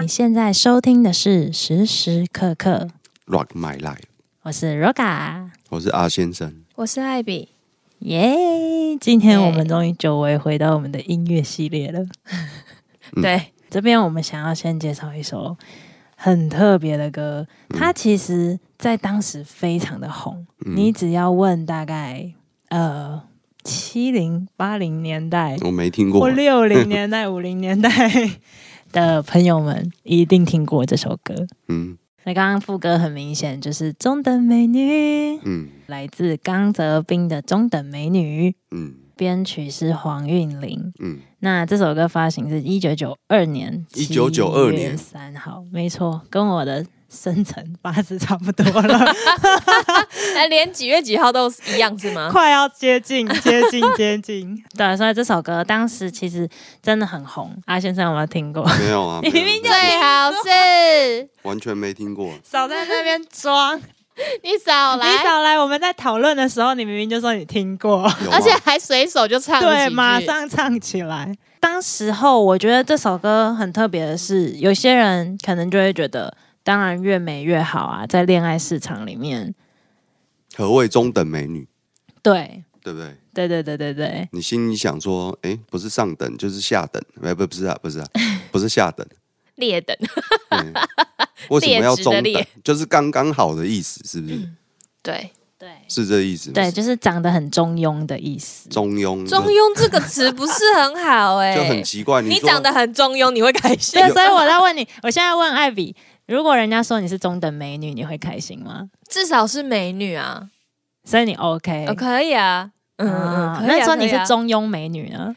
你现在收听的是《时时刻刻》， Rock My Life，我是 Roga，我是阿先生。我是艾比，耶今天我们终于久违回到我们的音乐系列了。嗯对，这边我们想要先介绍一首很特别的歌，它其实在当时非常的红。嗯你只要问大概呃七零八零年代我没听过啊或，六零年代、五零年代的朋友们，一定听过这首歌。嗯那刚刚副歌很明显就是《中等美女》，嗯来自冈泽彬的《中等美女》，嗯编曲是黄韵玲。嗯，那这首歌发行是一九九二年， 1992年三号，没错，跟我的生辰八字差不多 了，那连几月几号都一样是吗？ 快要接近，接近，接近。 对，啊所以这首歌当时其实真的很红。阿先生有没有听过？没有啊， 你没有明明就没有最好是完全没听过。啊少在那边装，你你少来，少来！我们在讨论的时候，你明明就说你听过，有啊吗而且还随手就唱了对，几句马上唱起来。当时候我觉得这首歌很特别的是，有些人可能就会觉得，当然越美越好啊，在恋爱市场里面，何谓中等美女，对，对不对？对对对对对，你心里想说，哎，不是上等就是下等，哎，不，不是啊，不是啊，不是下 等，劣等，嗯为什么要中劣质的嗯等劣？就是刚刚好的意思，是不是？对，对是这意思吗？对，就是长得很中庸的意思。中庸，中庸这个词不是很好 哎、就很奇怪。你说长得很中庸，你会开心哦对，所以我在问你，我现在问艾比，如果人家说你是中等美女，你会开心吗？至少是美女啊，所以你 OK，, 哦，可以啊，嗯嗯，啊可以啊那说你可是以啊中庸美女呢？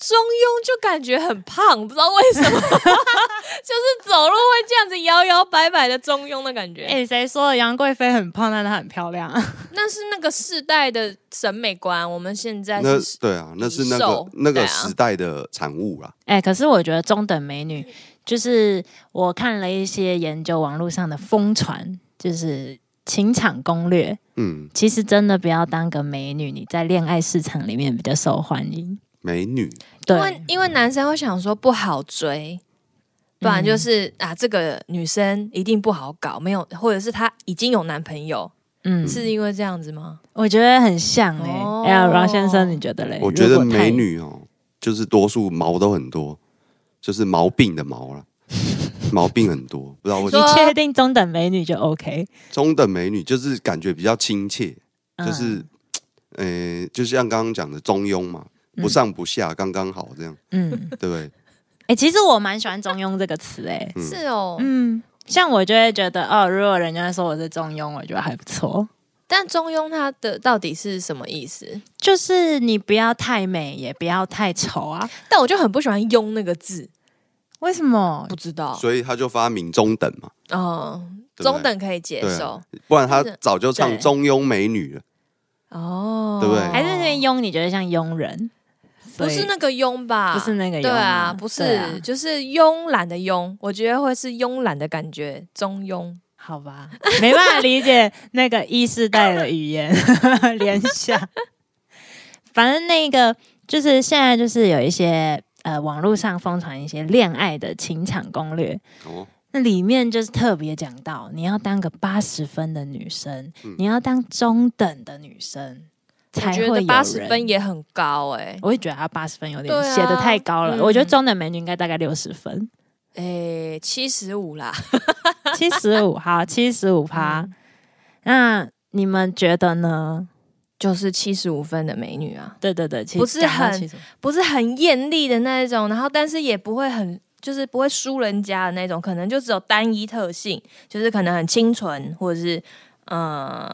中庸就感觉很胖，不知道为什么， 就是走路会这样子摇摇摆摆的中庸的感觉。哎、谁说杨贵妃很胖，但她很漂亮？那是那个世代的审美观，我们现在那是对啊，那是那个瘦那对个啊时代的产物啦。哎、可是我觉得中等美女，就是我看了一些研究网络上的疯传，就是情场攻略，嗯，其实真的不要当个美女，你在恋爱市场里面比较受欢迎。美女，对，因为因为男生会想说不好追，不然就是、啊，这个女生一定不好搞，没有，或者是她已经有男朋友，嗯是因为这样子吗？我觉得很像哎、哦欸，哎、呀，王先生，你觉得嘞？我觉得哎如果太美，女哦，就是多数毛都很多，就是毛病的 毛啦，毛病很多，不知道为什你么。说确定中等美女就 OK？中等美女就是感觉比较亲切，嗯就是，呃，就像刚刚讲的中庸嘛，嗯不上不下，刚刚好这样，嗯，对不对？哎、其实我蛮喜欢中庸这个词哎、嗯 是哦，嗯，像我就会觉得哦，如果人家说我是中庸，我觉得还不错。但中庸它的到底是什么意思？就是你不要太美，也不要太丑啊。但我就很不喜欢“庸”那个字，为什么不？知哦道，所以他就发明中等嘛，哦，对不对中等可以接受，不然他是早就唱对中庸美女了。哦，啊对不对还是因为庸，你觉得像庸人？不是那个庸吧？不是那个庸对啊啊，不是，对啊就是慵懒的慵，我觉得会是慵懒的感觉，中庸。好吧，没办法理解那个一世代的语言 联想。反正那个就是现在就是有一些呃网络上疯传一些恋爱的情场攻略，哦，那里面就是特别讲到你要当个八十分的女生，嗯你要当中等的女生才我会觉有得人。八十分也很高哎、我会觉得她八十分有点对啊写的太高了，嗯我觉得中等美女应该大概六十 分，欸，哎，七十五啦， 七十五好，七十五嗯趴。那你们觉得呢？就是七十五分的美女啊，对对对，其不实是讲到很其实不是很艳丽的那一种，然后但是也不会很。就是不会输人家的那种，可能就只有单一特性，就是可能很清纯，或者是呃，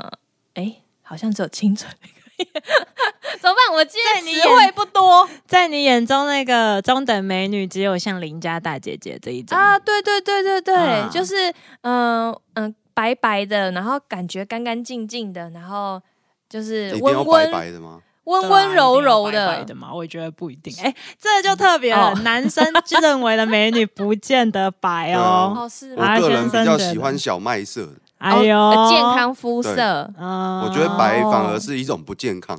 哎、好像只有清纯。 怎么办？我今在天你词眼汇不多在你眼中那个中等美女，只有像邻家大姐姐这一种。啊，对对对对对，啊就是嗯嗯、白白的，然后感觉干干净净的，然后就是一定要温白温白的吗？对温啊温柔柔一定有白的白的嘛，我觉得不一定。哎、这就特别了，哦男生就认为的美女不见得白对哦。哦，是我吗？啊个人先生比较觉喜得欢小麦色的，哎呦，哦健康肤色啊我觉得白反而是一种不健康。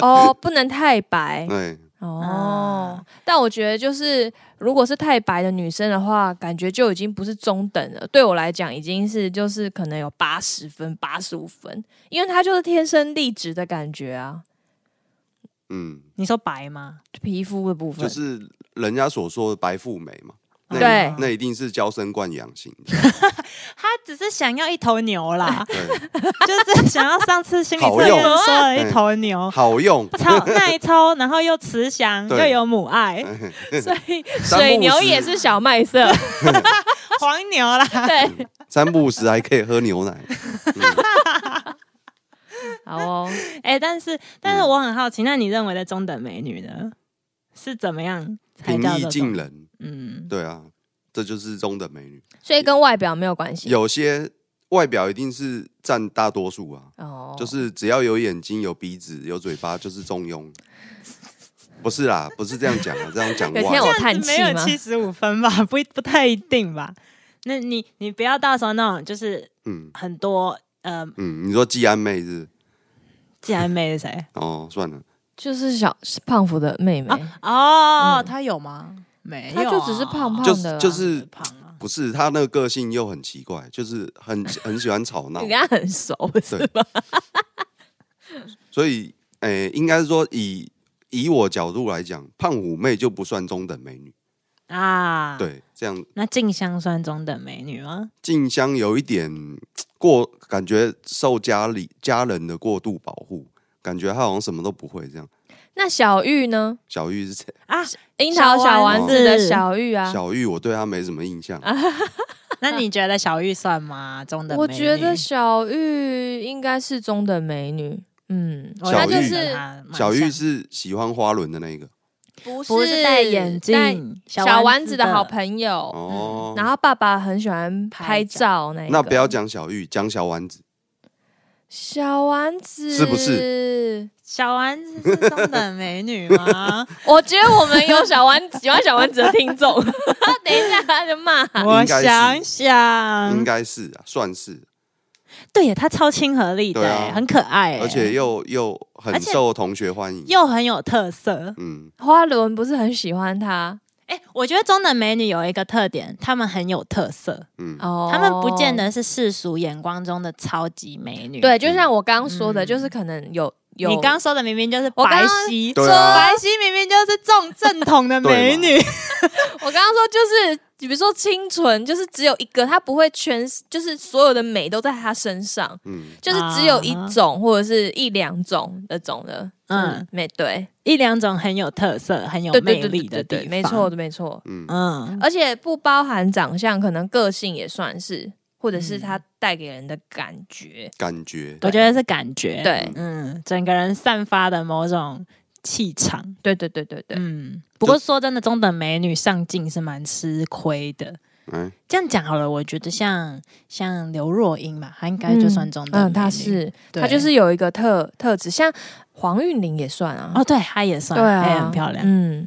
哦，不能太白对，哦。啊但我觉得就是，如果是太白的女生的话，感觉就已经不是中等了。对我来讲，已经是就是可能有八十分、八十五分，因为她就是天生丽质的感觉啊，嗯，你说白吗？皮肤的部分。就是人家所说的白富美嘛，那对那一定是娇生惯养型的。，哦 他只是想要一头牛啦 对，就是想要上次心理测验说的一头牛，好用，超耐操，然后又慈祥对又有母爱，所以三不五时水牛也是小 麦色，黄牛啦。对，三不五时还可以喝牛 奶。好哦。哎、但是但是嗯我很好奇，那你认为的中等美女呢，是怎么样才平叫易做近中？人，嗯，对啊，这就是中等美女。所以跟外表没有关系。有些外表一定是占大多数啊，哦，就是只要有眼睛、有鼻子、有嘴巴，就是中 庸。不是啦，不是这样讲啊，这样讲有歪天我了。叹没气有吗？七十五分吧，不不太一定吧。那你你不要到时候那种就是嗯很多呃，嗯，你说季安妹是既然妹是谁？不是哦，算了，就是小是胖虎的妹妹，啊哦，她有吗？没有、她就只是胖，就胖的是啊，就是胖啊。不是她那个个性又很奇怪，就是很 很喜欢吵闹你跟。她很熟是对吗？所以，诶、应该是说以以我角度来讲，胖虎妹就不算中等美女。啊，。对，这样那静香算中等美女吗？静香有一点过，感觉受家里家人的过度保护，感觉她好像什么都不会这样。那小玉呢？小玉是谁？啊，樱桃小丸子的小小玉啊，小玉，我对她没什么印象。那你觉得小玉算吗？中等美我女？觉得小玉应该是中等美女。嗯，我她小就玉跟是她蛮小玉像是喜欢花轮的那个不是不是戴眼戴镜，小丸丸子子的好朋友。哦。嗯然后爸爸很喜欢拍拍照那一个那不要讲小玉，讲小丸子。小丸子是不是？小丸子是中等美女 吗？我觉得我们有小丸喜欢小丸子 的听众， 等一下他就骂。我应该是想应想，该是啊，算是，对耶，她超亲和力的对耶，啊很可爱耶，而且又又而很且受同学欢迎。又很有特色。嗯， 花轮不是很喜欢他哎，我觉得中等美女有一个特点，她们很有特色，嗯，哦，她们不见得是世俗眼光中的超级美女。，对，就像我刚刚说的，嗯就是可能有有你刚说的明明就是我刚白刚皙，对啊白皙明明就是重正统的美女，我刚刚说就是，比如说清纯，就是只有一个，她不会全就是所有的美都在她身上，嗯，就是只有一啊种或者是一两种那种的，嗯嗯，美对， 一两种很有特色、很有对对魅对对力对的地对，方。没错，的没错，嗯，嗯，而且不包含长相，可能个性也算是，或者是嗯她带给人的感觉，感觉我觉得是感觉，对嗯，整个人散发的某种气场。对对对对对，嗯，不过说真的，中等美女上镜是蛮吃亏的。嗯，这样讲好了，我觉得像像刘若英嘛，她应该就算中等美女，嗯，她是对她就是有一个特特质，像黄韵玲也算啊，哦，对，她也算，对啊，她也很漂亮，嗯，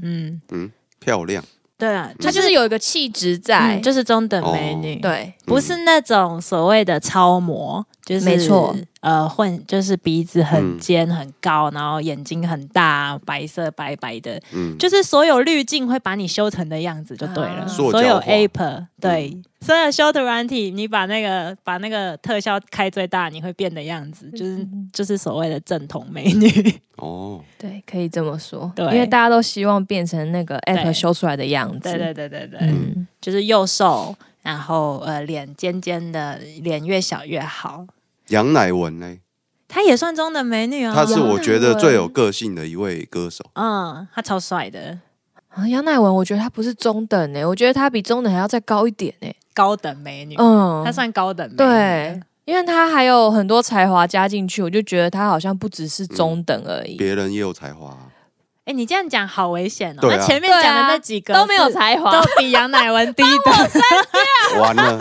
嗯，漂亮。对啊，她就是有一个气质在嗯，就是中等美哦女，，对，不是那种所谓的超模，就是没错，呃，混就是鼻子很嗯尖很高，然后眼睛很大，白色白白的，嗯，就是所有滤镜会把你修成的样子就对了。啊嗯塑胶所有化 app 对，所有修图软体，你把那个把那个特效开最大，你会变的样子，就是嗯就是所谓的正统美 女。哦，对，可以这么说，对因为大家都希望变成那个 app 对修出来的样子，对对对对对，嗯，就是又瘦，然后呃脸尖尖的，脸越小越好。杨乃文呢？她也算中的美女啊，她是我觉得最杨乃有文个性的一位歌手。嗯，她超帅的，啊，杨乃文，我觉得她不是中等欸诶、我觉得她比中等还要再高一点诶、高等美女，嗯，她算高等美女。对，因为她还有很多才华加进去，我就觉得她好像不只嗯是中等而已，别人也有才华啊、哎，你这样讲好危险哦。对啊那前面讲的那几个都没有是才华都。比杨乃文低的。完 了，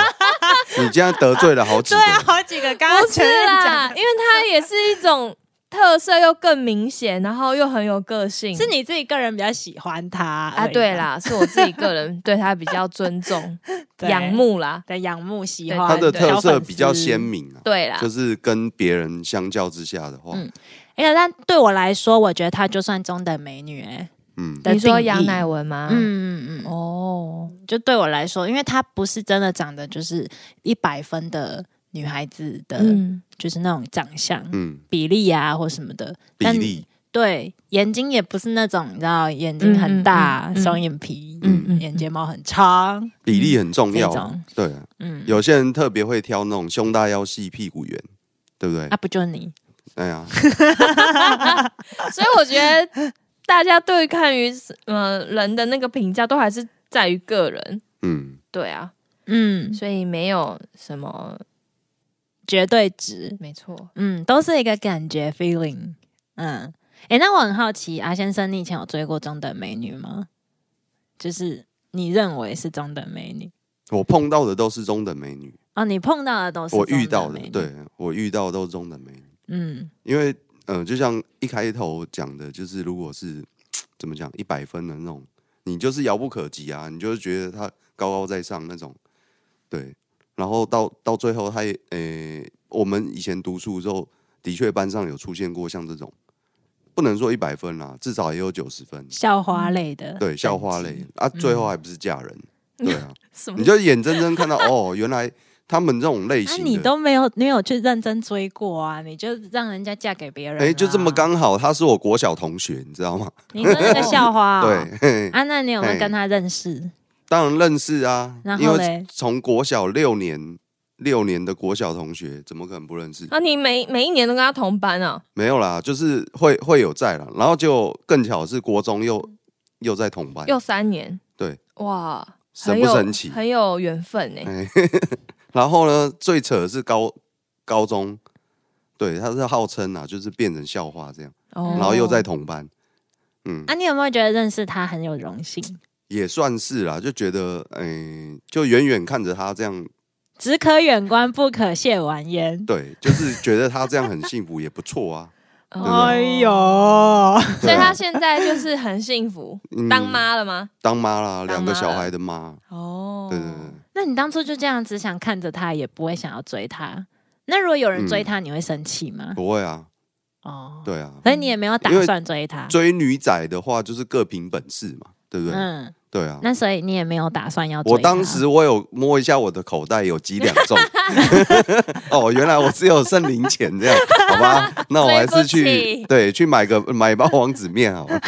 你这样得罪了好几对啊，个。好几个刚刚不前是面啦讲，因为她也是一种特色又更明显，然后又很有个性。是你自己个人比较喜欢他啊？啊对，啦，是我自己个人 对他比较尊重、 对仰慕啦。的仰慕喜对欢，它的对特小色粉比较丝鲜明啊，对啦，就是跟别人相较之下的话，嗯哎、呀，但对我来说，我觉得她就算中等美女、哎，嗯，的你说定义杨乃文吗？嗯嗯嗯，哦，就对我来说，因为她不是真的长得就是一百分的女孩子的，嗯，就是那种长相、嗯，比例啊或什么的，比但例，对眼睛也不是那种你知道眼睛很大嗯嗯、嗯嗯双、眼皮、嗯嗯眼睫毛很长，比例很重要这种啊。对啊，嗯，有些人特别会挑那种胸大腰细、屁股圆，对不对啊？不就你？哎呀， 所以我觉得大家对看于呃人的那个评价，都还是在于个人。嗯，对啊，嗯，所以没有什么，绝对值，没错。嗯，都是一个感觉 feeling，嗯，哎、那我很好奇，阿先生，你以前有追过中等美女吗？就是你认为是中等美女我碰到的都是中等美女，哦，你碰到的都是我中等遇到的美，女，对我遇到的都是中等美女，嗯因为呃，就像一开头讲的，就是如果是怎么讲一百分的那种，你就是遥不可及啊，你就是觉得他高高在上那种，对。然后到到最后，他也呃、我们以前读书的时候，的确班上有出现过像这种，不能说一百分啦，至少也有九十分，校花类的等级，嗯嗯对，校花类啊，最后还不是 嫁人，对啊，什么你？就眼睁睁看到哦，原来他们这种类啊，型的，你都没有没有去认真追过啊，你就让人家嫁给别人、啊哎、就这么，刚好，他是我国小同学，你知道吗？ 你说那个校花、哦， 对，嘿啊，那你有没有嘿跟他认识？当然认识啊然，因后为嘞，从国小六年六年的国小同学，怎么可能不认识？啊，你每每一年都跟他同班啊？没有啦，就是会会有在啦。然后就更巧是国中又又在同班，又三年，对，哇，神很不有神奇？很有缘分欸呢、哎 然后呢，最扯的是高高中，对，他是号称啊，就是变成校花这样，哦然后又在同班，嗯，啊，你有没有觉得认识他很有荣幸？也算是啦，就觉得，嗯、就远远看着他这样，只可远观，不可亵玩焉。对，就是觉得他这样很幸福，也不错啊。哦哎呦， 所以他现在就是很幸福，嗯当妈了吗？当妈啦，当两妈个小了孩的妈，哦嗯对对对， 那你当初就这样只想看着他，也不会想要追他。那如果有人追他，你会生气吗？不会啊，哦，嗯对啊，所以你也没有打因为算追他。追女仔的话就是各凭本事嘛，对不对？嗯，对啊，那所以你也没有打算要追他。我当时我有摸一下我的口袋，有几两 重，哦，原来我只有剩零钱这样，好 吧，那我还是追不去起对去买个买一包王子面好了，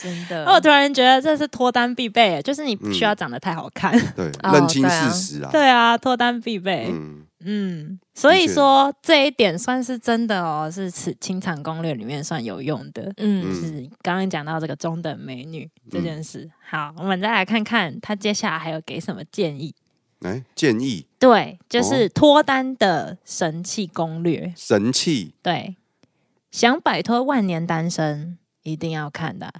真的。哦，我突然觉得这是脱单必备，就是你不需要长得太好 看。嗯对，哦认清对啊事实啊，对啊，脱单必备。嗯，嗯，所以确说这一点算是真的哦，是此清场攻略里面算有用的。就嗯，嗯是刚刚讲到这个中等美女这件事。好，我们再来看看他接下来还有给什么建议。哎，建议对，哦就是脱单的神器攻略。神器对，想摆脱万年单身，一定要看的啊。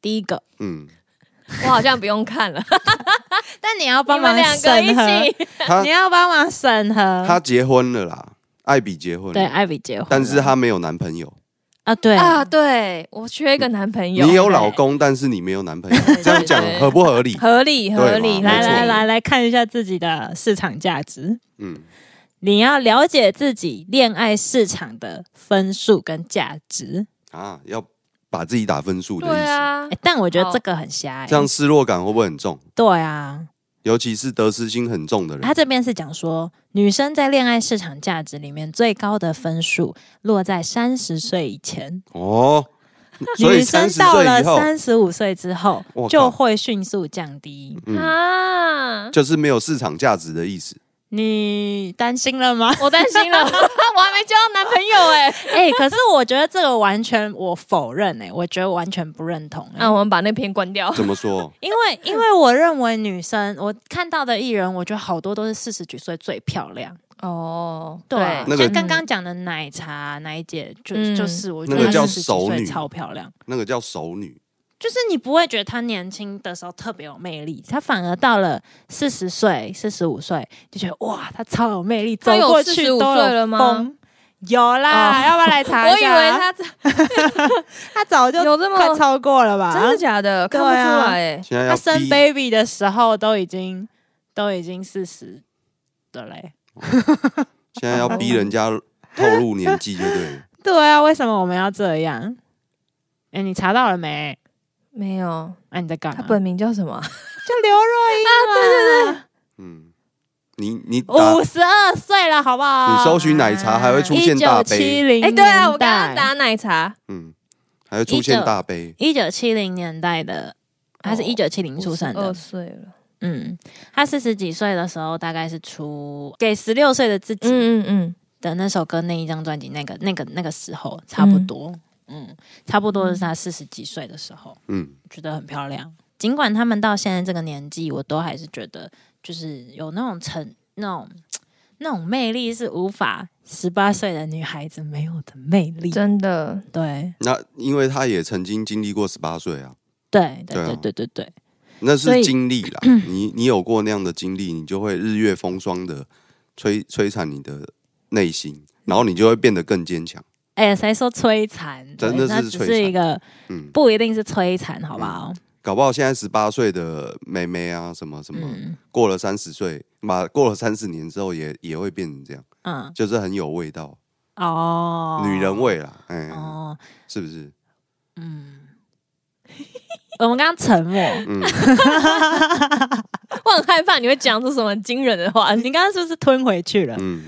第一个， 嗯，我好像不用看了，但你要你帮们忙两个审一核，起。他你要帮忙审啊他核。结婚了啦，艾比结婚了，对，艾比结婚了，但是她没有男朋友。啊，对啊，对我缺一个男朋友，你有老公，但是你没有男朋友 对对，这样讲对合不合理？合理合理，对嘛来没错来来，来看一下自己的市场价值。嗯，你要了解自己恋爱市场的分数跟价值。啊，要把自己打分数的对意思，啊 欸，但我觉得好这个很狭隘。这样失落感会不会很重？对啊，尤其是得失心很重的人他，这边是讲说，女生在恋爱市场价值里面最高的分数落在三十岁以 前，哦，所以女三生十到岁了以后三十五岁之后我靠就会迅速降低。嗯，啊，就是没有市场价值的意思。你担心了吗？ 我担心了， 我还没交到男朋友哎。哎、可是我觉得这个完全我否认哎、我觉得完全不认同、欸。啊那我们把那篇关掉。怎么 ？说因为因为我认为女生，我看到的艺人，我觉得好多都是四十几岁最漂亮。哦，对，那个像刚刚讲的奶茶奶姐，就、嗯就是我觉那得个她叫四十几熟岁女超漂亮，那个叫熟女，就是你不会觉得她年轻的时候特别有魅力，她反而到了四十岁、四十五岁就觉得哇，她超有魅力，走她有过去45都岁了吗风。有啦，哦要不要来查我一以下？为他他早就有这么快超过了吧？真的假的，对看啊不出来哎。现在要他生逼 baby 的时候都已经都已经四十的嘞。现在要逼人家透露年纪就对了。对啊，为什么我们要这样？哎、你查到了没？没有，哎、你在干他嘛？本名叫什么啊？就刘啊若英嘛，嗯，你你打五十二岁了，好不好？你搜寻奶茶还会出现大杯一九七零，哎，对啊，我刚刚打奶茶，嗯，还会出现大杯，一九七零年代的，他是哦一九七零出生的，二岁了。嗯，他四十几岁的时候，大概是出给十六岁的自己嗯嗯嗯，的那首歌那一张专辑，那个那个那个时候差不多，嗯差不多是他四十几岁的时候，嗯，觉得很漂亮。尽管他们到现在这个年纪，我都还是觉得就是有那种成那种那种魅力是无法十八岁的女孩子没有的魅力。真的，对那因为他也曾经经历过十八岁啊，对对对啊对对对对，那所以嗯是经历啦。你你有过那样的经历，你就会日月风霜的摧摧残你的内心，然后你就会变得更坚强。哎，谁说摧残？真对的那是只是摧残一个嗯，不一定是摧残，好不好？搞不好现在十八岁的妹妹啊，什么什么，嗯过了三十岁，把过了三十年之后也也会变成这样，嗯就是很有味道，哦，女人味啦，哎、哦，是不是？嗯， 我们刚刚沉默，嗯，我很害怕你会讲出什么惊人的话。你刚刚是不是吞回去了？ 嗯，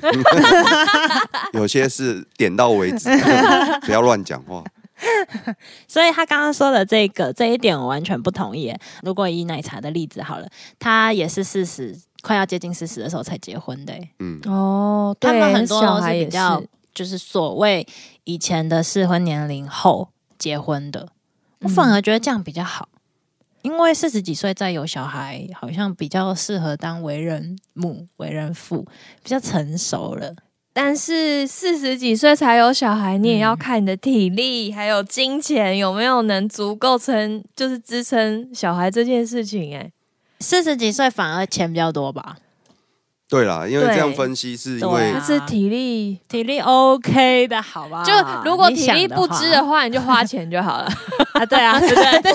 有些是点到为止， 不要乱讲话。所以他刚刚说的这个这一点，我完全不同意耶。如果以奶茶的例子好了，他也是四十，快要接近四十的时候才结婚的耶，嗯，哦，他们很多小都是孩比也是，较就是所谓以前的适婚年龄后结婚的，我反而觉得这样比较好。因为四十几岁再有小孩，好像比较适合当为人母、为人父，比较成熟了。但是四十几岁才有小孩，你也要看你的体力、还有金钱有没有能足够撑，就是支撑小孩这件事情、哎，四十几岁反而钱比较多吧，对啦，因为对这样分析是因对为啊但是体力。体力 OK 的好吧？就如果体力不支知的话，你就花钱就好了。啊，对 啊，对对对，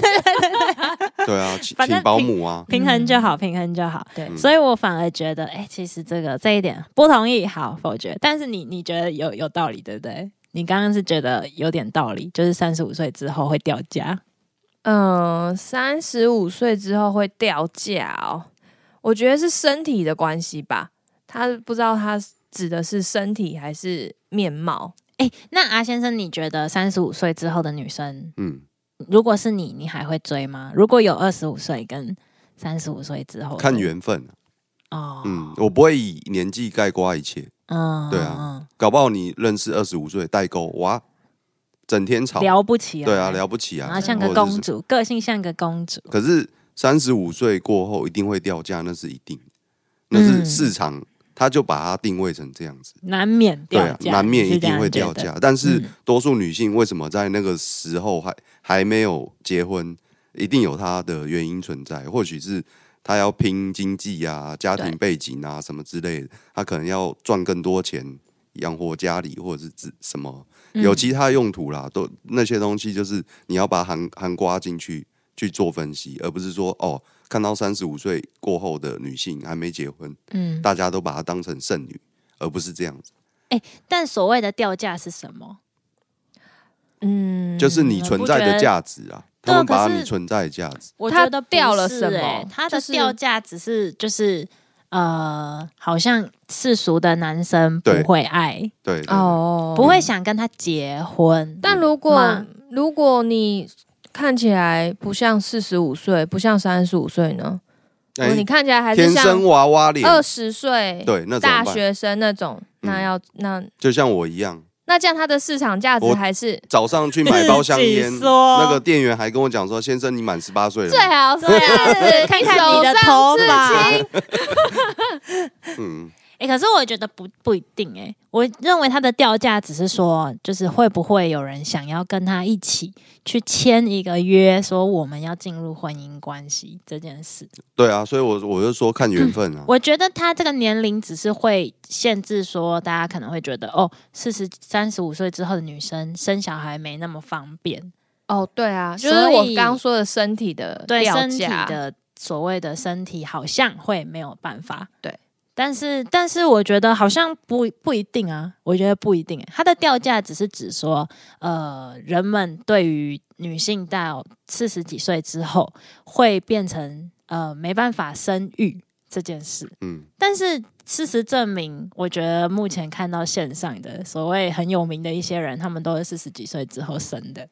对啊，请反正请保姆啊，平衡就好，平衡就好。对所以我反而觉得，哎、其实这个这一点不同意，好否决。但是你你觉得有有道理，对不对？你刚刚是觉得有点道理，就是三十五岁之后会掉价。 嗯，三十五岁之后会掉价哦，我觉得是身体的关系吧。他不知道他指的是身体还是面貌。哎、那阿先生，你觉得三十五岁之后的女生，嗯，如果是你，你还会追吗？如果有二十五岁跟三十五岁之后的，看缘分啊。哦，嗯，我不会以年纪概括一切，嗯对啊，搞不好你认识二十五岁代沟哇，整天嗯吵，聊不起来，对啊，聊不起然啊后，像个或者是公主，个性像个公主，可是三十五岁过后一定会掉价，那是一定的，那是嗯市场，他就把它定位成这样子，难免对掉啊，价，难免你是一这样定会觉掉得价。但是嗯多数女性为什么在那个时候还还没有结婚，一定有她的原因存在，或许是。她要拼经济啊、家对庭背景啊什么之类的，她可能要赚更多钱养活家里，或者是自什么嗯有其他用途啦，都那些东西就是你要把含含刮进去去做分析，而不是说哦，看到三十五岁过后的女性还没结婚，嗯，大家都把她当成剩女，而不是这样子。但所谓的掉价是什么？嗯，就是你存在的价值啊，他们对啊把可是你存在的价值，我它觉得不掉了是什么欸它的就是掉价只是就是呃，好像世俗的男生不对会爱，对对哦不会想跟他结嗯婚。但如果、嘛如果你看起来不像四十五岁，不像三十五岁呢？如哎哦果你看起来还是天生像娃娃脸，二十岁对，那怎大么办？学生那种，那嗯要、那就像我一样，那这样，它的市场价值我还是早上去买包香烟自己，说那个店员还跟我讲说：“先生，你满十八岁了最吗。好是对啊看看你的头发手上刺青嗯，哎、可是我觉得不不一定哎、我认为它的掉价只是说，就是会不会有人想要跟他一起去签一个约，说我们要进入婚姻关系这件事。对啊，所以我我就说看缘分啊。我觉得他这个年龄只是会限制说，大家可能会觉得哦，四十三十五岁之后的女生生小孩没那么方便，哦，对啊，就所是我以刚刚说的身体的对掉身体价，的所谓的身体好像会没有办法。对，但是但是我觉得好像不不一定啊，我觉得不一定欸、它的掉价只是指说，呃，人们对于女性到四十几岁之后会变成呃没办法生育这件事。嗯，但是事实证明，我觉得目前看到线上的所谓很有名的一些人，他们都是四十几岁之后生的。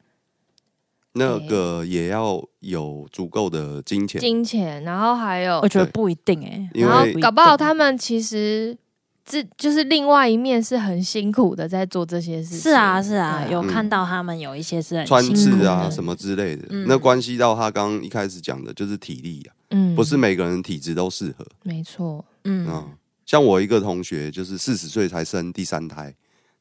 那个也要有足够的金钱，金钱，然后还有我觉得哦对不一定哎、因然后为一搞不好定他们其实自就是另外一面是很辛苦的在做这些事情。是啊是啊，对有嗯看到他们有一些是很穿辛苦刺啊的什么之类的，嗯那关系到他刚刚一开始讲的就是体力啊，嗯不是每个人体质都适合。没错，嗯嗯，像我一个同学就是四十岁才生第三胎，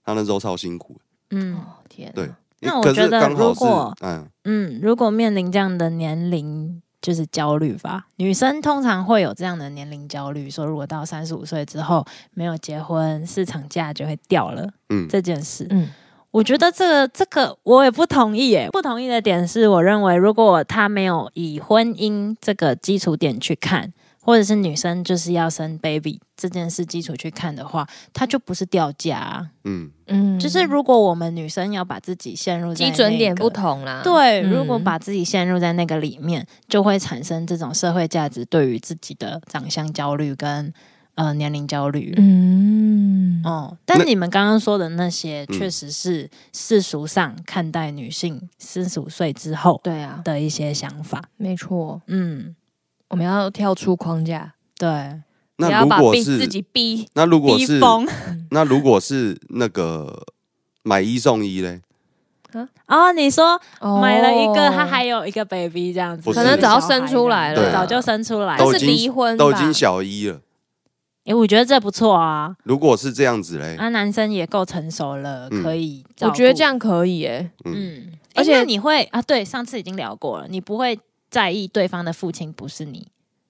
他那时候超辛苦。嗯哦天啊，对那我可是觉得刚好是如果嗯，嗯，如果面临这样的年龄。就是焦虑吧，女生通常会有这样的年龄焦虑，说如果到三十五岁之后没有结婚，市场价就会掉了嗯这件事。嗯，我觉得这个这个我也不同意耶。不同意的点是我认为，如果他没有以婚姻这个基础点去看，或者是女生就是要生 baby 这件事基础去看的话，它就不是掉价、啊。嗯，嗯，就是如果我们女生要把自己陷入在基准点那个不。同啦。对，嗯如果把自己陷入在那个里面，就会产生这种社会价值对于自己的长相焦虑跟呃年龄焦虑。嗯哦，但那你们刚刚说的那些，嗯确实是世俗上看待女性四十五岁之后对啊，的一些想法。没错，嗯，我们要跳出框架，对，不那要如把果逼自己是逼。那如果逼是疯那如果是那个买一送一嘞， 哦，你说哦买了一个，他还有一个 baby 这样子，啊不是有可能早小孩就生出来这样了早就生出来但都了。已是经离婚都已吧经小一了，哎，我觉得这不错啊，如果是这样子嘞，啊，男生也够成熟了，嗯可以。我觉得这，样可以诶。嗯，嗯，而而且且你会啊，对，上次已经聊过了，你不会在意对方的父亲不是你，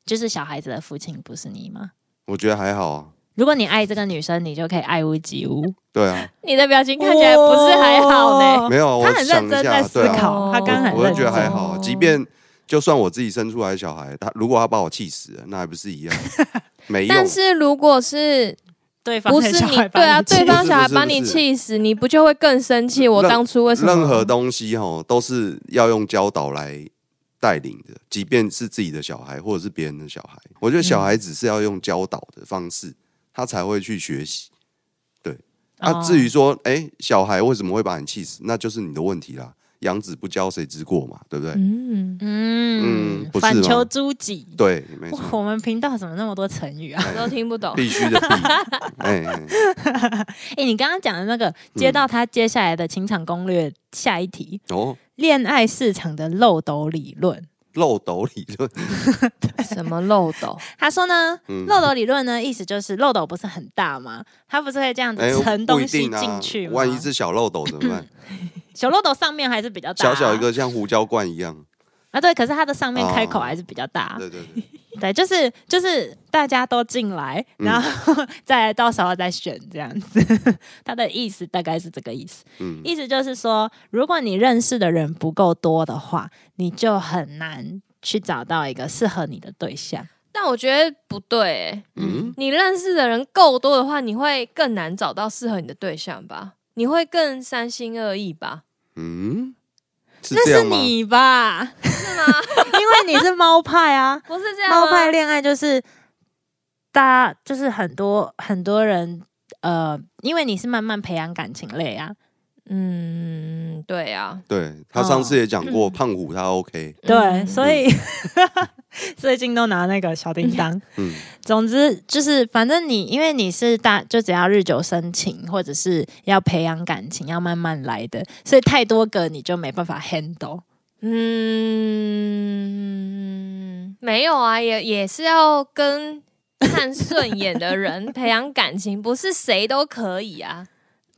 就是小孩子的父亲不是你吗？我觉得还好啊，如果你爱这个女生，你就可以爱屋及乌。对啊， 你的表情看起来不是还好呢。没有啊，我哦他很想认一真下在，对思啊，考，他刚刚很我认就觉得还真。好啊，哦即便就算我自己生出来的小孩，他如果他把我气死了，那还不是 一样，没用但。是如果是对方不的是小你孩把对啊，气死对方死小孩不是把不你是气死，你不就会更生气？我任当初为什么任何东西哈都是要用教导来带领的，即便是自己的小孩或者是别人的小孩，我觉得小孩子是要用教导的方式，他才会去学习。啊，哦至于说，哎、小孩为什么会把你气死，那就是你的问题啦。养子不教，谁之过嘛，对不对？嗯，嗯嗯不是吗反求诸己。对， 没哇，错，哎我们频道怎么那么多成语啊？ 我都听不懂。必须的 必。哎、哎哎、你刚刚讲的那个，接嗯到他接下来的情场攻略，下一题，哦，恋爱市场的漏斗理论。漏斗理 论，什么漏 斗？他说呢，嗯，漏斗理论呢，意思就是漏斗不是很大吗？它不是会这样哎子盛不东一西定进啊去，吗？万一是小漏斗怎么 办？小漏斗上面还是比较大、小小一个像胡椒罐一样，啊，对，可是它的上面开口哦还是比较大。对对对，对，就是就是大家都进来，嗯然后 再到时候再选这样子。 他的意思大概是这个意思，嗯，意思就是说，如果你认识的人不够多的话，你就很难去找到一个适合你的对象。但我觉得不对、欸，嗯，你认识的人够多的话，你会更难找到适合你的对象吧？你会更三心二意吧？嗯，是那这是样吗？你吧？是吗？ 因为你是猫派啊，不是这样猫吗？派恋爱就是大家就是很多很多人。呃，因为你是慢慢培养感情类啊，嗯，对啊，对他上次也讲过，嗯胖虎他 OK，对，嗯所以 最近都拿那个小叮当。嗯， 总之就是，反正你因为你是大，就只要日久生情，或者是要培养感情，要慢慢来的，所以太多个你就没办法 handle。嗯，没有啊，也也是要跟看顺眼的人 培养感情，不是谁都可以啊。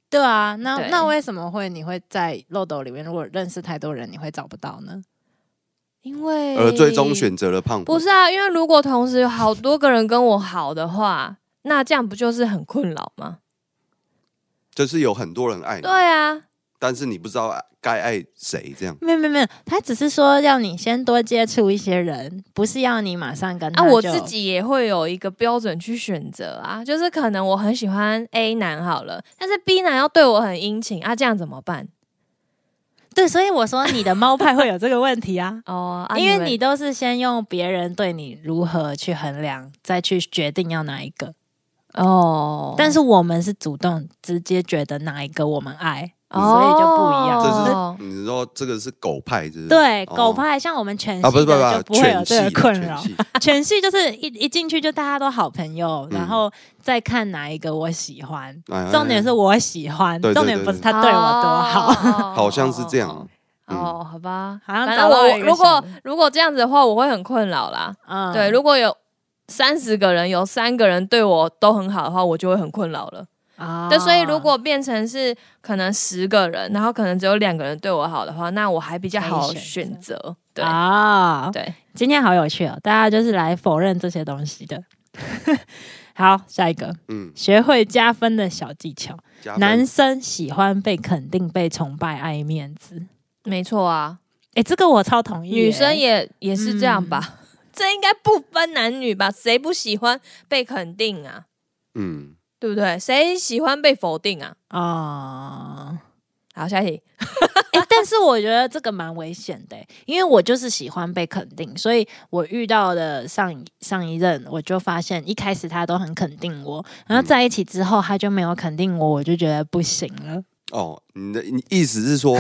对啊，那对那为什么会你会在漏斗里面？如果认识太多人，你会找不到呢？因为而呃最终选择了胖虎。不是啊，因为如果同时有好多个人跟我好的话，那这样不就是很困扰吗？就是有很多人爱你对，啊，但是你不知道爱该爱谁，这样没有没有没有，他只是说要你先多接触一些人，不是要你马上跟他啊，我就自己也会有一个标准去选择啊，就是可能我很喜欢 A 男好了，但是 B 男要对我很殷勤啊，这样怎么办？，对，所以我说你的猫派会有这个问题啊哦，啊因为们你都是先用别人对你如何去衡量，再去决定要哪一个。哦，但是我们是主动直接觉得哪一个我们爱，哦所以就不一样。这是哦你说这个是狗派，这是对哦狗派，像我们犬啊，不系是不是的就不不是会有犬系这啊个困扰犬。系全系就是一一进去就大家都好朋友，嗯然后再看哪一个我喜欢。哎哎重点是哎我喜欢，对对重点不是他对我多好。好哎 好像是这样，嗯哦，好吧， 好像哦反找正到我了一个如果想法如果这样子的话，我会很困扰啦。嗯，对，如果有三十个人，有三个人对我都很好的话，我就会很困扰了。啊对，所以如果变成是可能十个人，然后可能只有两个人对我好的话，那我还比较好可以选选择。对啊，对，今天好有趣哦，大家就是来否认这些东西的。 好，下一个，嗯，学会加分的小技巧。加分男生喜欢被肯定、被崇拜、爱面子。没错啊，哎、这个我超同意耶。女生也也是这样嗯吧。 这应该不分男女吧？谁不喜欢被肯定啊？嗯，对不对？谁喜欢被否定啊？啊。好，下一题。欸 但是我觉得这个蛮危险的欸、因为我就是喜欢被肯定，所以我遇到的上一上一任，我就发现一开始他都很肯定我，然后在一起之后他就没有肯定我，我就觉得不行了。哦，你的你意思 是说，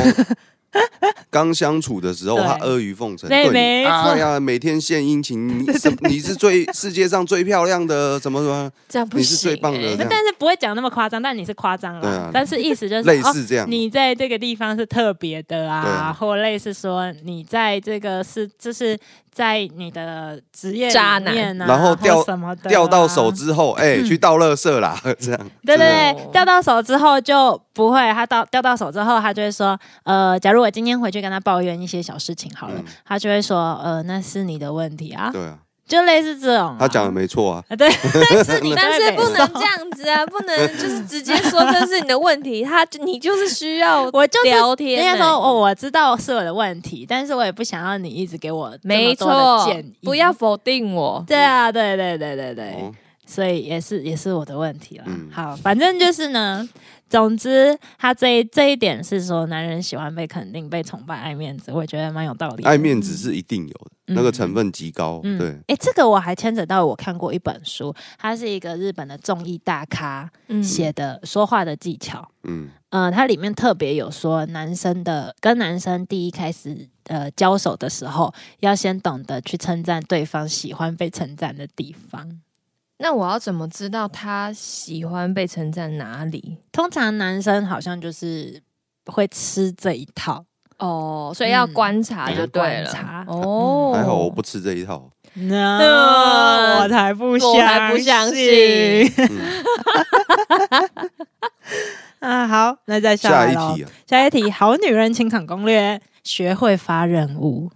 刚相处的时候对他阿谀奉承，对对没你，错哎呀，每天献殷 勤，你什你是最世界上最漂亮的，什么什么，这样不你行、是最棒的欸这样但是不会讲那么夸张，但你是夸张对了，啊但是意思就是 类哦似这样，你在这个地方是特别的对啊，啊或类似说你在这个是就是在你的职业渣里男面啊，然后或掉什么的啊、嗯掉到手之后，哎，去倒垃圾啦， 这样，对对对对，掉到手之后就不会，他到掉到手之后，他就会说，呃，假如我今天回去跟他抱怨一些小事情好了，嗯他就会说，呃，那是你的问题啊，对啊，就类似这种啊、他讲的没错啊，啊， 对，但是你但是不能这样，样子啊，不能就是直接说这是你的问题，他你就是需要我就是聊人天、家欸。说，哦，我知道是我的问题，但是我也不想要你一直给我这没么多错的建议，，不要。否定我。对啊，对对对对对，哦，所以也是也是我的问题啦。嗯好，反正就是呢， 总之他这一这一点是说，男人喜欢被肯定、被崇拜、爱面子，我觉得蛮有道理的。爱面子是一定有的，嗯那个成分极高，嗯对，哎、这个我还牵扯到我看过一本书，它是一个日本的综艺大咖嗯写的说话的技巧。嗯呃，它里面特别有说，男生的跟男生第一开始呃交手的时候，要先懂得去称赞对方喜欢被称赞的地方。那我要怎么知道他喜欢被称赞哪里？通常男生好像就是会吃这一套， 哦，所以要嗯观察就对要观察了。哦，嗯还好我不吃这一 套，那啊我才不我才不相信嗯，啊！好，那再下下来一咯题啊，下一题，好女人情场攻略，学会发任务。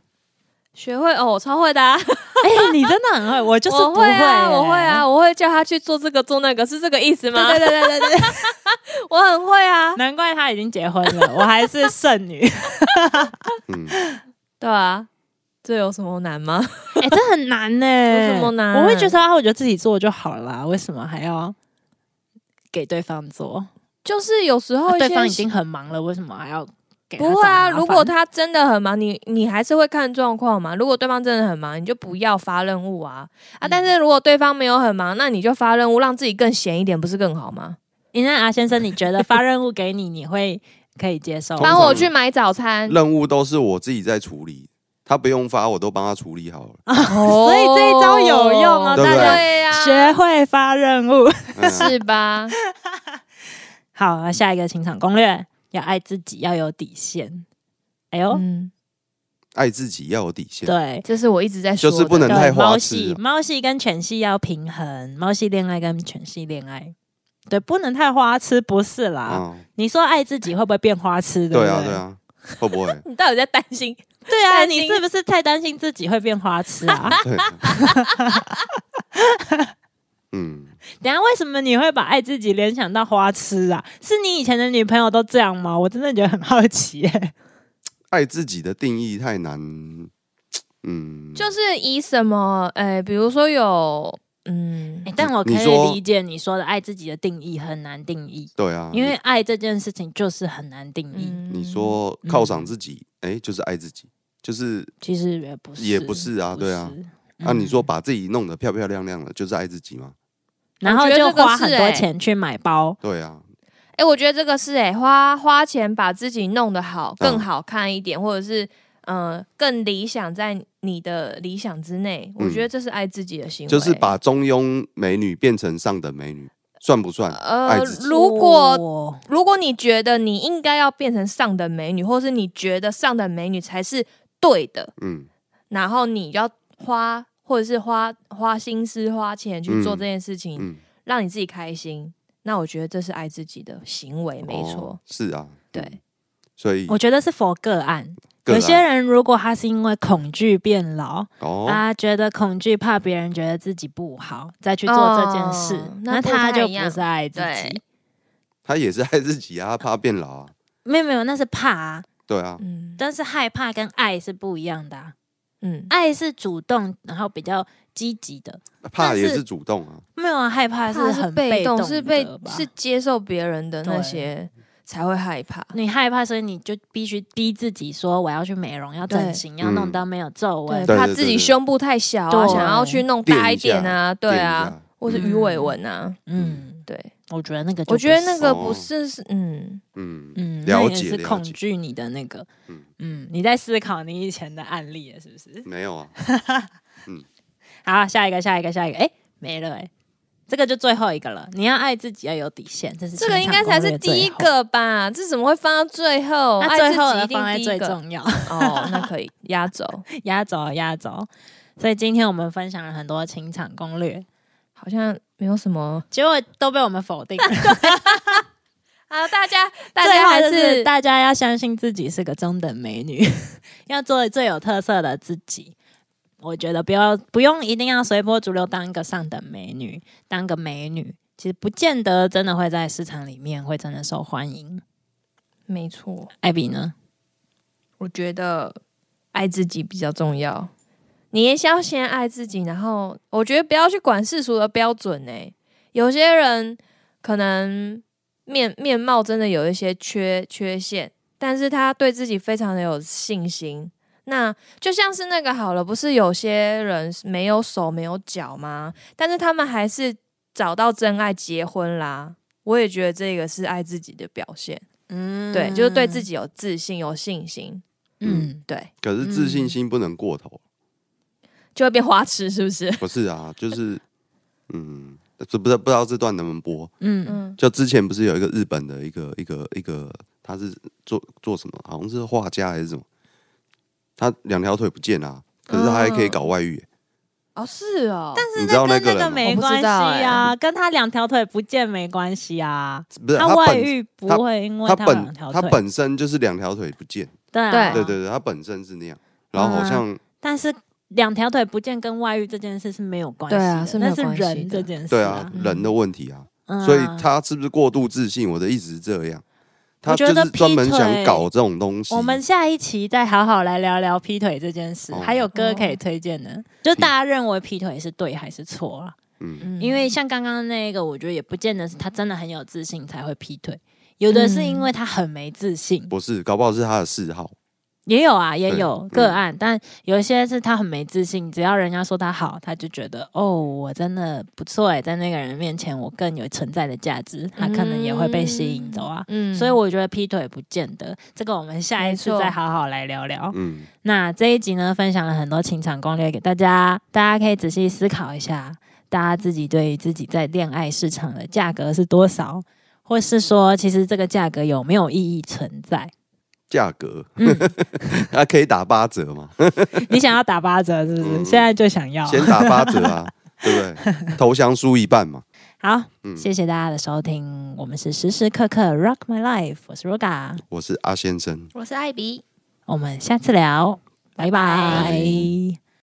学会哦，我超会 的、啊，哎、你真的很会，我就是我不会啊，耶我会啊，。我会叫他去做这个做那个，是这个意思吗？对对对对对对， 我很会啊，难怪她已经结婚了，我还是剩女。嗯，对啊，这有什么难吗？ 哎、这很难呢、有什么难我会觉得啊，我觉得自己做就好啦，为什么还要给对方做？ 啊就是有时啊候一些对方已经很忙了，为什么还要给他不会找啊，麻烦如果他真的很忙，你你还是会看状况嘛。如果对方真的很忙，你就不要发任务啊啊！嗯但是如果对方没有很忙，那你就发任务，让自己更闲一点，不是更好吗？诶那阿先生，你觉得发任务给你，你会可以接 受吗？通常帮我去买早餐，任务都是我自己在处理，他不用发，我都帮他处理好了。啊 所所以这一招有用哦对不哦对对呀、学会发任务。嗯是吧？好，那哦下一个情场攻略，要爱自己，要有底线。哎呦，嗯，爱自己要有底线。对，这是我一直在说的，？就是不能对太花猫痴系啊猫系跟犬系要平衡，猫系恋爱跟犬系恋爱，对，不能太花痴，不是啦。嗯，你说爱自己会不会变花痴？不对啊，对，啊，会不会你到底在担心？嗯对啊，担你心是不是太担心自己会变花痴啊？ 对， 嗯，等一下为什么你会把爱自己联想到花痴啊？是你以前的女朋友都这样吗？我真的觉得很好奇、 欸。爱自己的定义太难，嗯，就是以什么？哎、比如说有，嗯，哎但我可你说以理解你说的爱自己的定义很难定义，对啊，因为爱这件事情就是很难定义。嗯你你说犒赏自己，哎，就是爱自己，就是其实也不是，也不是啊对啊是。嗯啊，你说把自己弄得漂漂亮亮的，就是爱自己吗？然后我觉得就这个花是很多欸钱去买包，对啊，哎、我觉得这个是哎、花花钱把自己弄得好，嗯更好看一点，或者是呃更理想在你的理想之内，我嗯觉得这是爱自己的行为，就是把中庸美女变成上等美女，算不算呃爱自，己？如果哦如果你觉得你应该要变成上等美女，或是你觉得上等美女才是对的，嗯，然后你要花或者是花花心思花钱去做嗯这件事情，嗯，让你自己开心，那我觉得这是爱自己的行为，没错。哦，是啊，对，所以我觉得是否个案。个有人些人啊如果他是因为恐惧变老，哦，他觉得恐惧怕别人觉得自己不好，再去做这件事哦，那那不他太就一不样是爱自己对。他也是爱自己啊，他怕变老啊，没有没有，那是怕啊，对啊，嗯但是害怕跟爱是不一样的啊、嗯，爱是主动，然后比较积极的。怕也但是是主动啊，没有啊，害怕怕很被动的吧，是被是接受别人的那对些才会害怕。你害怕，所以你就必须逼自己说，我要去美容，要整对形，要弄嗯到没有皱纹对，。对怕对自对己对胸部太小啊，对想要去弄垫大一一点啊，对垫一啊，下，或是鱼尾纹啊，嗯，对，我觉得那个就不我是，觉得那个不不是是是嗯，嗯嗯，那了也解是了恐解，惧你的那个，嗯嗯，你在思考你以前的案例了，是不是？没有啊，好，下一个，下一个，下一个，哎，没了，哎，这个就最后一个了。你要爱自己，要有底线，这是这个情应场该才是攻略第一最后。个吧？这怎么会放到最后？那爱最自后己呢一定放在第一最个重要， 哦，那可以压轴，压轴压轴。所以今天我们分享了很多情场攻略，好像没有什 么结果都被我们否定了。啊，大家 大最家后还就是是大家要相信自己是个中等美女， 要做最有特色的自己。我觉得不要不用一定要随波逐流，当一个上等美女，当个美女，其实不见得真的会在市场里面会真的受欢迎。没错。艾比呢？我觉得爱自己比较重要。你也是要先爱自己，然后我觉得不要去管世俗的标准呢、有些人可能面面貌真的有一些缺缺陷，但是他对自己非常的有信心。那就像是那个好了，不是有些人没有手没有脚吗？但是他们还是找到真爱结婚啦。我也觉得这个是爱自己的表现，嗯对，就是对自己，己有自信、有信心，嗯，对。可是自信心不能过头，就会变花痴，是不是？不是啊，就是嗯，这不知道不知道这段能不能播？嗯嗯，嗯，就之前不是有一个日本的一个一个一个，他是做做什么？好像是画家还是什么？他两条腿不见啊，可是他还可以搞外遇欸、哦，是哦，但是你知道那跟那个个人吗？没关系我不知啊，道跟他两条腿不见没关系啊。不是他他外本遇不会因为他有两本条他腿，本身就是两条腿不见，对啊对对对对，他本身是那样。然后好像但是两条腿不见跟外遇这件事是没有关系的，对啊是没那有是关系的人这件事、对啊，嗯人的问题啊，嗯所以他是不是过度自信？我的意思是这样，他就我觉是得专门劈腿想搞这种东西。我们下一期再好好来聊聊劈腿这件事，哦还有歌可以推荐的。就大家认为劈腿是对还是错啊？嗯，嗯因为像刚刚那个，我觉得也不见得是他真的很有自信才会劈腿，有的是因嗯为他很没自信，不是，搞不好是他的嗜好。哦也有啊，也对有嗯个案，但有一些是他很没自信，只要人家说他好，他就觉得哦，我真的不错哎，在那个人面前我更有存在的价值，他可能也会被吸引走啊。嗯所以我觉得劈腿不见得，这个我们下一次没错再好好来聊聊。嗯，那这一集呢，分享了很多情场攻略给大家，大家可以仔细思考一下，大家自己对于自己在恋爱市场的价格是多少，或是说，其实这个价格有没有意义存在？ 价格，嗯 那、可以打八折嘛？你想要打八折是不是？嗯现在就想要。先打八 折啊，对不对？投降输一半嘛。好，嗯谢谢大家的收听，我们是时时刻刻 Rock My Life，我是 Roga，我是阿先生。我是艾比。我们下次聊，拜拜。拜